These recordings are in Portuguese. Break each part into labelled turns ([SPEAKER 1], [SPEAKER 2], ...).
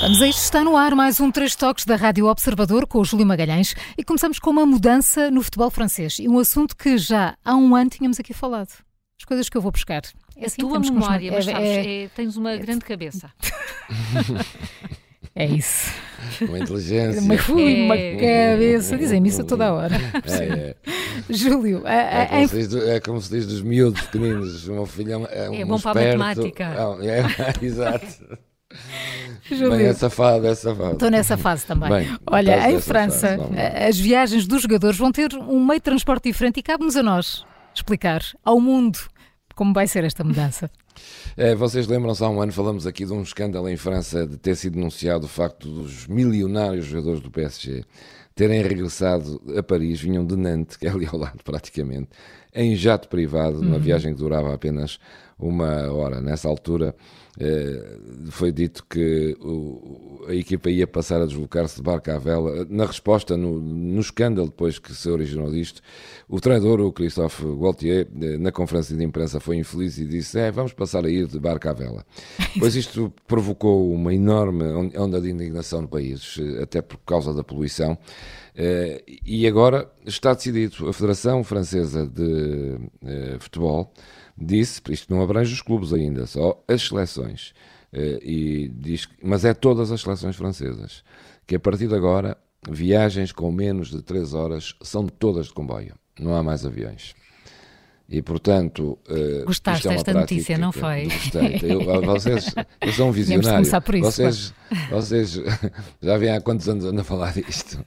[SPEAKER 1] Vamos a isto, está no ar mais um Três Toques da Rádio Observador com o Júlio Magalhães e começamos com uma mudança no futebol francês e um assunto que já há um ano tínhamos aqui falado. As coisas que eu vou buscar.
[SPEAKER 2] É a
[SPEAKER 1] assim que
[SPEAKER 2] tua
[SPEAKER 1] temos que nos
[SPEAKER 2] memória, mas
[SPEAKER 1] man-
[SPEAKER 2] sabes,
[SPEAKER 1] é, é-
[SPEAKER 2] é- tens uma grande cabeça.
[SPEAKER 1] é isso.
[SPEAKER 3] Uma inteligência.
[SPEAKER 1] Uma, ui, uma
[SPEAKER 2] É.
[SPEAKER 1] cabeça. Dizem-me isso a toda a hora.
[SPEAKER 3] É, é.
[SPEAKER 1] Júlio, a- a-
[SPEAKER 3] É como
[SPEAKER 1] em-
[SPEAKER 3] se diz, do- é como se diz dos miúdos pequeninos. O meu filho é um, é um
[SPEAKER 2] bom para a
[SPEAKER 3] esperto.
[SPEAKER 2] matemática.
[SPEAKER 3] Ah, é, exato. Bem, é
[SPEAKER 1] Júlio,
[SPEAKER 3] safado, é safado.
[SPEAKER 1] estou nessa fase também.
[SPEAKER 3] Bem, estás
[SPEAKER 1] Olha, em
[SPEAKER 3] nessa
[SPEAKER 1] França,
[SPEAKER 3] fase, vamos lá.
[SPEAKER 1] a- as viagens dos jogadores vão ter um meio de transporte diferente e cabe-nos a nós explicar ao mundo como vai ser esta mudança.
[SPEAKER 3] Eh, Vocês lembram-se, há um ano falamos aqui de um escândalo em França de ter sido denunciado o facto dos milionários jogadores do PSG terem regressado a Paris, vinham de Nantes, que é ali ao lado praticamente, em jato privado, numa viagem que durava apenas uma hora. Nessa altura eh, foi dito que o- a equipa ia passar a deslocar-se de barco à vela. Na resposta, no, no escândalo depois que se originou disto, o treinador, o Christophe Gaultier, eh, na conferência de imprensa foi infeliz e disse: É, vamos passar a ir de barco à vela. pois isto provocou uma enorme on- onda de indignação no país, eh, até por causa da poluição. Eh, E agora está decidido. A Federação Francesa de eh, Futebol disse: Isto não abrange os clubes ainda, só as seleções. Eh, E diz, que- mas é todas as seleções francesas, que a partir de agora. Viagens com menos de 3 horas são todas de comboio, não há mais aviões. E portanto. eh,
[SPEAKER 2] Gostaste
[SPEAKER 3] isto é uma
[SPEAKER 2] desta
[SPEAKER 3] prática
[SPEAKER 2] notícia, não
[SPEAKER 3] que-
[SPEAKER 2] foi?
[SPEAKER 3] Gostei. Eu, vocês, eu sou um visionário.
[SPEAKER 1] começar por isso,
[SPEAKER 3] vocês, vocês já vêm há quantos anos ando a falar disto?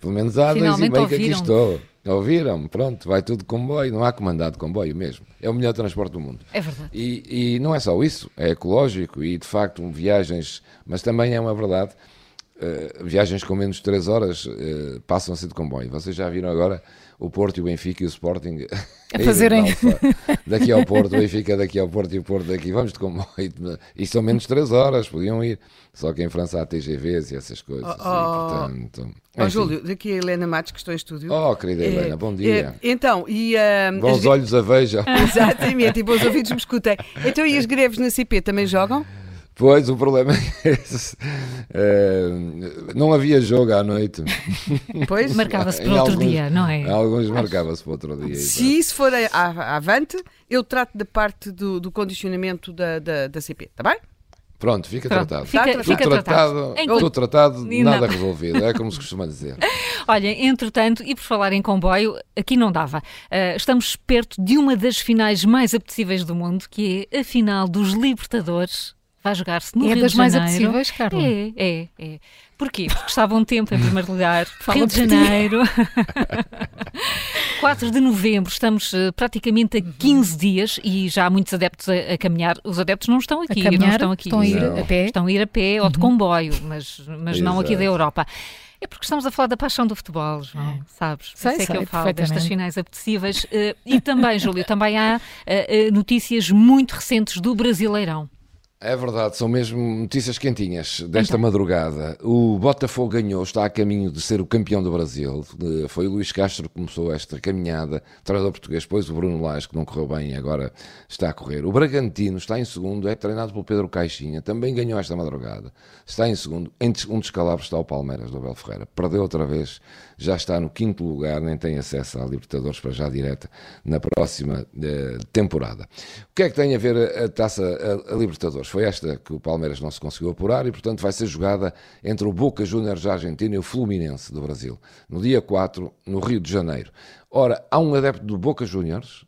[SPEAKER 3] Pelo menos há dois e
[SPEAKER 2] Finalmente
[SPEAKER 3] meio que aqui
[SPEAKER 2] ouviram-me.
[SPEAKER 3] estou. Ouviram-me, pronto, vai tudo de comboio, não há comandado de comboio mesmo. É o melhor transporte do mundo.
[SPEAKER 2] É verdade.
[SPEAKER 3] E, e não é só isso, é ecológico e de facto um, viagens, mas também é uma verdade, eh, viagens com menos de 3 horas eh, passam-se de comboio. Vocês já viram agora o Porto e o Benfica e o Sporting a irem
[SPEAKER 1] fazerem.
[SPEAKER 3] de Alfa. daqui ao Porto, o Benfica daqui ao Porto e o Porto daqui, vamos de comboio. E são menos de 3 horas, podiam ir. Só que em França há TGVs e essas coisas.
[SPEAKER 4] Oh, oh.
[SPEAKER 3] e, portanto,
[SPEAKER 4] Ó,
[SPEAKER 3] enfim.
[SPEAKER 4] Júlio, daqui é a Helena Matos, que estou em estúdio.
[SPEAKER 3] assim. Oh, querida Helena, bom dia.
[SPEAKER 4] É, então, e. ah, as
[SPEAKER 3] Bons
[SPEAKER 4] gre-
[SPEAKER 3] olhos a vejam.
[SPEAKER 4] Ah. Exatamente, e bons ouvidos me escutem. Então, e as greves na CP também jogam?
[SPEAKER 3] Pois, o problema é esse. Eh, não havia jogo à noite.
[SPEAKER 4] Pois?
[SPEAKER 2] Marcava-se
[SPEAKER 3] Ah, Em
[SPEAKER 2] para outro
[SPEAKER 3] alguns-
[SPEAKER 2] dia, não
[SPEAKER 3] em
[SPEAKER 2] é?
[SPEAKER 3] Alguns marcava-se para outro dia.
[SPEAKER 4] Se isso for a- a- avante, eu trato da parte do, do condicionamento da, da, da CP, está bem?
[SPEAKER 3] Pronto, fica
[SPEAKER 2] Pronto,
[SPEAKER 3] É tratado.
[SPEAKER 2] fica-
[SPEAKER 3] Tudo
[SPEAKER 2] fica tratado. Enquanto-
[SPEAKER 3] tudo tratado,
[SPEAKER 2] Nina.
[SPEAKER 3] nada resolvido. É como se costuma dizer.
[SPEAKER 2] Olha, entretanto, e por falar em comboio, aqui não dava. Ah, estamos perto de uma das finais mais apetecíveis do mundo, que é a final dos Libertadores. Vai jogar-se no
[SPEAKER 1] é
[SPEAKER 2] Rio
[SPEAKER 1] das
[SPEAKER 2] de
[SPEAKER 1] mais
[SPEAKER 2] Janeiro.
[SPEAKER 1] apetecíveis, Carla.
[SPEAKER 2] É, é, é. Porquê? Porque estava um tempo em primeiro lugar.
[SPEAKER 1] Fala
[SPEAKER 2] Rio de
[SPEAKER 1] por ti.
[SPEAKER 2] Janeiro. 4 de novembro, estamos eh, praticamente a
[SPEAKER 1] Uhum.
[SPEAKER 2] 15 dias e já há muitos adeptos a, a caminhar. Os adeptos não estão aqui,
[SPEAKER 1] a caminhar,
[SPEAKER 2] não estão aqui.
[SPEAKER 1] estão a ir
[SPEAKER 3] Não.
[SPEAKER 1] a pé. Uhum.
[SPEAKER 2] Estão a ir a pé ou de comboio, mas, mas não aqui da
[SPEAKER 3] Exato.
[SPEAKER 2] Europa. É porque estamos a falar da paixão do futebol, João, sabes? Por
[SPEAKER 1] Sei,
[SPEAKER 2] isso é que
[SPEAKER 1] sei,
[SPEAKER 2] eu falo destas
[SPEAKER 1] perfeitamente.
[SPEAKER 2] finais apetecíveis. Eh, E também, Júlio, também há eh, eh, notícias muito recentes do Brasileirão.
[SPEAKER 3] É verdade, são mesmo notícias quentinhas desta madrugada. O Botafogo ganhou, está a caminho de ser o campeão do Brasil. Eh, Foi o Luís Castro que começou esta caminhada, treinador português, depois o Bruno Lage, que não correu bem, agora está a correr. O Bragantino está em segundo, é treinado pelo Pedro Caixinha, também ganhou esta madrugada. Está em segundo, em des- um descalabro está o Palmeiras do Abel Ferreira. Perdeu outra vez, já está no quinto lugar, nem tem acesso à Libertadores para já direta na próxima eh, temporada. O que é que tem a ver a, a taça a, a Libertadores? Foi esta que o Palmeiras não se conseguiu apurar e, portanto, vai ser jogada entre o Boca Juniors da Argentina e o Fluminense do Brasil, no dia 4, no Rio de Janeiro. Ora, há um adepto do Boca Juniors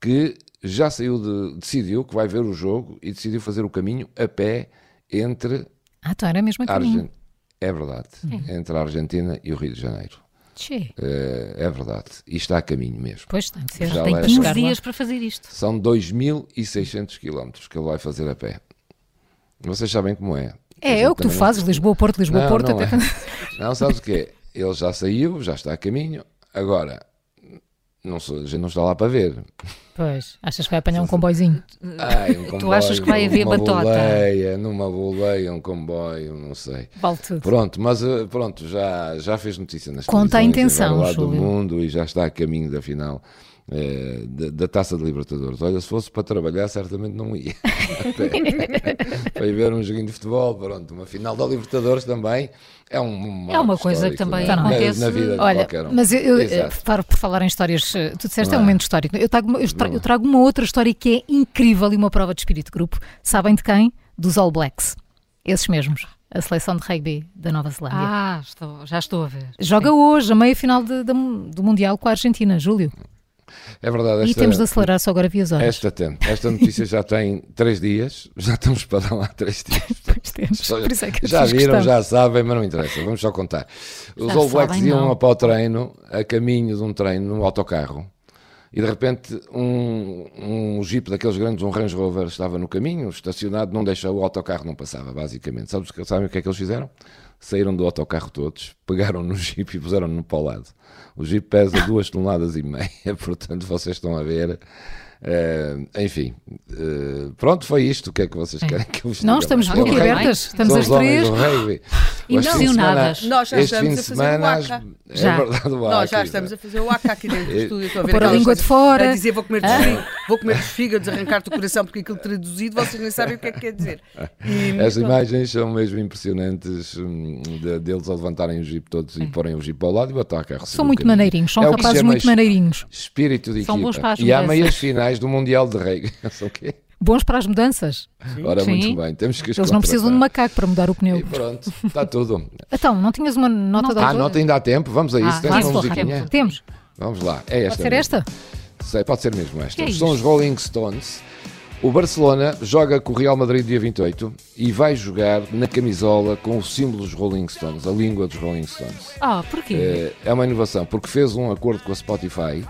[SPEAKER 3] que já saiu de. decidiu que vai ver o jogo e decidiu fazer o caminho a pé entre
[SPEAKER 1] Ah, então era mesmo a
[SPEAKER 3] a
[SPEAKER 1] caminho.
[SPEAKER 3] Argentina. É verdade, entre a Argentina e o Rio de Janeiro.
[SPEAKER 1] Tchê,
[SPEAKER 3] Eh, é verdade. E está a caminho mesmo.
[SPEAKER 1] Pois tem de ser.
[SPEAKER 3] Já
[SPEAKER 1] tem
[SPEAKER 3] lá
[SPEAKER 1] que
[SPEAKER 3] é
[SPEAKER 1] chegar
[SPEAKER 2] 15
[SPEAKER 1] lá.
[SPEAKER 2] dias para fazer isto.
[SPEAKER 3] São 2.600 quilómetros que ele vai fazer a pé. Vocês sabem como é.
[SPEAKER 1] É, é o que tu
[SPEAKER 3] Exatamente.
[SPEAKER 1] fazes, Lisboa-Porto,
[SPEAKER 3] Não, é.
[SPEAKER 1] Lisboa-Porto.
[SPEAKER 3] não,
[SPEAKER 1] até
[SPEAKER 3] é. não, sabes o que Ele já saiu, já está a caminho. Agora, não sou- a gente não está lá para ver.
[SPEAKER 1] Pois, achas que vai apanhar um comboizinho?
[SPEAKER 3] Ai, um
[SPEAKER 2] Tu achas que vai haver
[SPEAKER 3] numa
[SPEAKER 2] batota?
[SPEAKER 3] Boleia, numa boleia, um comboio, não sei.
[SPEAKER 1] Vale tudo.
[SPEAKER 3] Pronto, mas eh, pronto, já, já fez notícia nas
[SPEAKER 1] Conta a
[SPEAKER 3] televisões,
[SPEAKER 1] intenção,
[SPEAKER 3] agora lá do
[SPEAKER 1] Júlio.
[SPEAKER 3] mundo e já está a caminho da final eh, da, da Taça de Libertadores. Olha, se fosse para trabalhar, certamente não ia. Até- para ir ver um joguinho de futebol, pronto, uma final da Libertadores também é um um
[SPEAKER 2] É uma
[SPEAKER 3] marco
[SPEAKER 2] coisa que
[SPEAKER 3] histórico
[SPEAKER 2] também
[SPEAKER 3] na-
[SPEAKER 2] acontece.
[SPEAKER 3] na, vida de
[SPEAKER 1] Olha,
[SPEAKER 3] qualquer um.
[SPEAKER 1] mas eu, eu eh,
[SPEAKER 3] Exato.
[SPEAKER 1] reparo por falar em histórias, eh, tu disseste é um
[SPEAKER 3] Não é?
[SPEAKER 1] momento histórico. Eu trago, uma- eu tra- eu trago uma outra história que é incrível e uma prova de espírito de grupo. Sabem de quem? Dos All Blacks. Esses mesmos. A seleção de rugby da Nova Zelândia.
[SPEAKER 2] Ah, estou- já estou a ver.
[SPEAKER 1] Joga hoje a meia final de- da- do Mundial com a Argentina, Júlio.
[SPEAKER 3] É verdade,
[SPEAKER 1] E
[SPEAKER 3] esta,
[SPEAKER 1] temos de acelerar só agora via as horas.
[SPEAKER 3] esta, tem- esta notícia já tem três dias, já estamos para lá há três dias.
[SPEAKER 1] Pois temos.
[SPEAKER 3] Só-
[SPEAKER 1] Por isso é que eu
[SPEAKER 3] já
[SPEAKER 1] fiz
[SPEAKER 3] viram,
[SPEAKER 1] questão.
[SPEAKER 3] já sabem, mas não interessa, vamos só contar. Os
[SPEAKER 2] Já
[SPEAKER 3] All Blacks
[SPEAKER 2] sabem,
[SPEAKER 3] iam
[SPEAKER 2] não.
[SPEAKER 3] para o treino, a caminho de um treino, num autocarro, e de repente um, um jeep daqueles grandes, um Range Rover, estava no caminho, estacionado, não deixou, o autocarro não passava, basicamente. Sabes, o que- sabem o que é que eles fizeram? Saíram do autocarro todos, pegaram no jeep e puseram-no para o lado. O jeep pesa duas toneladas e meia, portanto vocês estão a ver. eh, enfim, eh, pronto, foi isto. O que é que vocês querem que eu vos
[SPEAKER 1] Não,
[SPEAKER 3] diga
[SPEAKER 1] estamos
[SPEAKER 3] mais?
[SPEAKER 2] muito
[SPEAKER 3] É o rugby.
[SPEAKER 1] abertas. Estamos
[SPEAKER 3] São
[SPEAKER 1] as
[SPEAKER 3] os homens
[SPEAKER 1] três.
[SPEAKER 3] do rugby.
[SPEAKER 2] E
[SPEAKER 3] Este
[SPEAKER 2] não-
[SPEAKER 3] fim de
[SPEAKER 2] Emocionadas.
[SPEAKER 3] semana-
[SPEAKER 4] Nós já
[SPEAKER 3] este fim de
[SPEAKER 4] estamos a fazer o
[SPEAKER 3] semana, as-
[SPEAKER 4] ACA.
[SPEAKER 2] Já.
[SPEAKER 3] é verdade, o
[SPEAKER 4] Nós já
[SPEAKER 3] Acre,
[SPEAKER 4] estamos a fazer o AK aqui dentro do estúdio. Estou a, ver
[SPEAKER 1] pôr a
[SPEAKER 4] aquelas
[SPEAKER 1] língua de
[SPEAKER 4] coisas,
[SPEAKER 1] fora. Ah."
[SPEAKER 4] A dizer vou comer desfigo, vou comer dos fígados, arrancar-te o coração, porque aquilo traduzido vocês nem sabem o que é que quer dizer. E,
[SPEAKER 3] As imagens é? são mesmo impressionantes hum, de- deles a levantarem o jipe todos e porem o jipe ao lado e botar o carro.
[SPEAKER 1] É. São muito maneirinhos, são
[SPEAKER 3] É o que se
[SPEAKER 1] rapazes
[SPEAKER 3] chama
[SPEAKER 1] muito
[SPEAKER 3] es-
[SPEAKER 1] maneirinhos.
[SPEAKER 3] Espírito de
[SPEAKER 2] São bons para
[SPEAKER 3] equipa.
[SPEAKER 2] as
[SPEAKER 3] E há
[SPEAKER 2] mudanças.
[SPEAKER 3] meias finais do Mundial de Rugby. São o quê?
[SPEAKER 1] Bons para as mudanças.
[SPEAKER 3] Ora,
[SPEAKER 2] Sim.
[SPEAKER 3] muito bem. Temos que as
[SPEAKER 1] Eles não precisam de
[SPEAKER 3] contratar.
[SPEAKER 1] macaco para mudar o pneu.
[SPEAKER 3] E pronto, está tudo.
[SPEAKER 1] Então, não tinhas uma nota da
[SPEAKER 3] É, Ah, nota ainda há tempo. Vamos a isso.
[SPEAKER 2] Ah,
[SPEAKER 3] Tens
[SPEAKER 2] isso,
[SPEAKER 3] uma musiquinha?
[SPEAKER 2] rápido.
[SPEAKER 1] Temos.
[SPEAKER 3] Vamos lá. É
[SPEAKER 1] Pode
[SPEAKER 3] esta.
[SPEAKER 1] ser
[SPEAKER 3] mesmo.
[SPEAKER 1] esta?
[SPEAKER 3] Sei, pode ser mesmo esta.
[SPEAKER 2] Que é isto?
[SPEAKER 3] São os Rolling Stones. O Barcelona joga com o Real Madrid dia 28 e vai jogar na camisola com o símbolo dos Rolling Stones, a língua dos Rolling Stones.
[SPEAKER 2] Ah, porquê?
[SPEAKER 3] Eh, É uma inovação, porque fez um acordo com a Spotify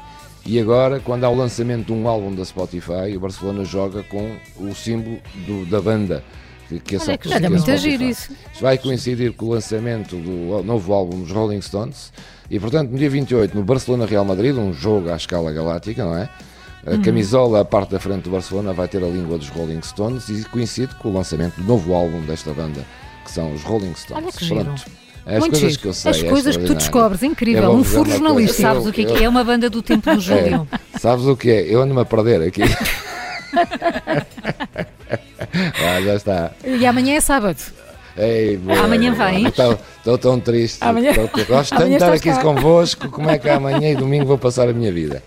[SPEAKER 3] e agora, quando há o lançamento de um álbum da Spotify, o Barcelona joga com o símbolo do- da banda. Que, que a
[SPEAKER 2] Olha que
[SPEAKER 3] Sop-
[SPEAKER 1] Olha,
[SPEAKER 3] a
[SPEAKER 1] muito
[SPEAKER 3] Spotify-
[SPEAKER 1] giro isso.
[SPEAKER 3] isto vai coincidir com o lançamento do novo álbum dos Rolling Stones e, portanto, no dia 28, no Barcelona-Real Madrid, um jogo à escala galáctica, não é? A
[SPEAKER 1] Uhum.
[SPEAKER 3] camisola, a parte da frente do Barcelona, vai ter a língua dos Rolling Stones e coincide com o lançamento do novo álbum desta banda, que são os Rolling Stones.
[SPEAKER 2] Olha que giro.
[SPEAKER 3] Pronto. As
[SPEAKER 1] Muito
[SPEAKER 3] coisas
[SPEAKER 1] giro.
[SPEAKER 3] que eu sei.
[SPEAKER 1] As
[SPEAKER 3] é
[SPEAKER 1] coisas que tu
[SPEAKER 3] extraordinário.
[SPEAKER 1] descobres, incrível.
[SPEAKER 3] Eu vou
[SPEAKER 1] Um
[SPEAKER 3] dizer
[SPEAKER 1] furo
[SPEAKER 3] uma
[SPEAKER 1] jornalístico.
[SPEAKER 3] eu-
[SPEAKER 2] Sabes o que é
[SPEAKER 3] eu-
[SPEAKER 2] que
[SPEAKER 1] um
[SPEAKER 2] é? É uma banda do tempo do Júlio.
[SPEAKER 3] é, sabes o que é? Eu ando-me a perder aqui. ah, já está.
[SPEAKER 1] E amanhã é sábado.
[SPEAKER 3] Ei, boa, Então,
[SPEAKER 2] Amanhã vem?
[SPEAKER 3] Estou tão triste.
[SPEAKER 1] Amanhã-
[SPEAKER 3] Tô- tô- gosto tanto
[SPEAKER 1] Amanhã
[SPEAKER 3] de estar
[SPEAKER 1] estás
[SPEAKER 3] aqui
[SPEAKER 1] cá.
[SPEAKER 3] convosco. Como é que amanhã e domingo vou passar a minha vida?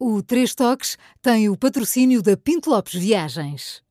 [SPEAKER 5] O Três Toques tem o patrocínio da Pinto Lopes Viagens.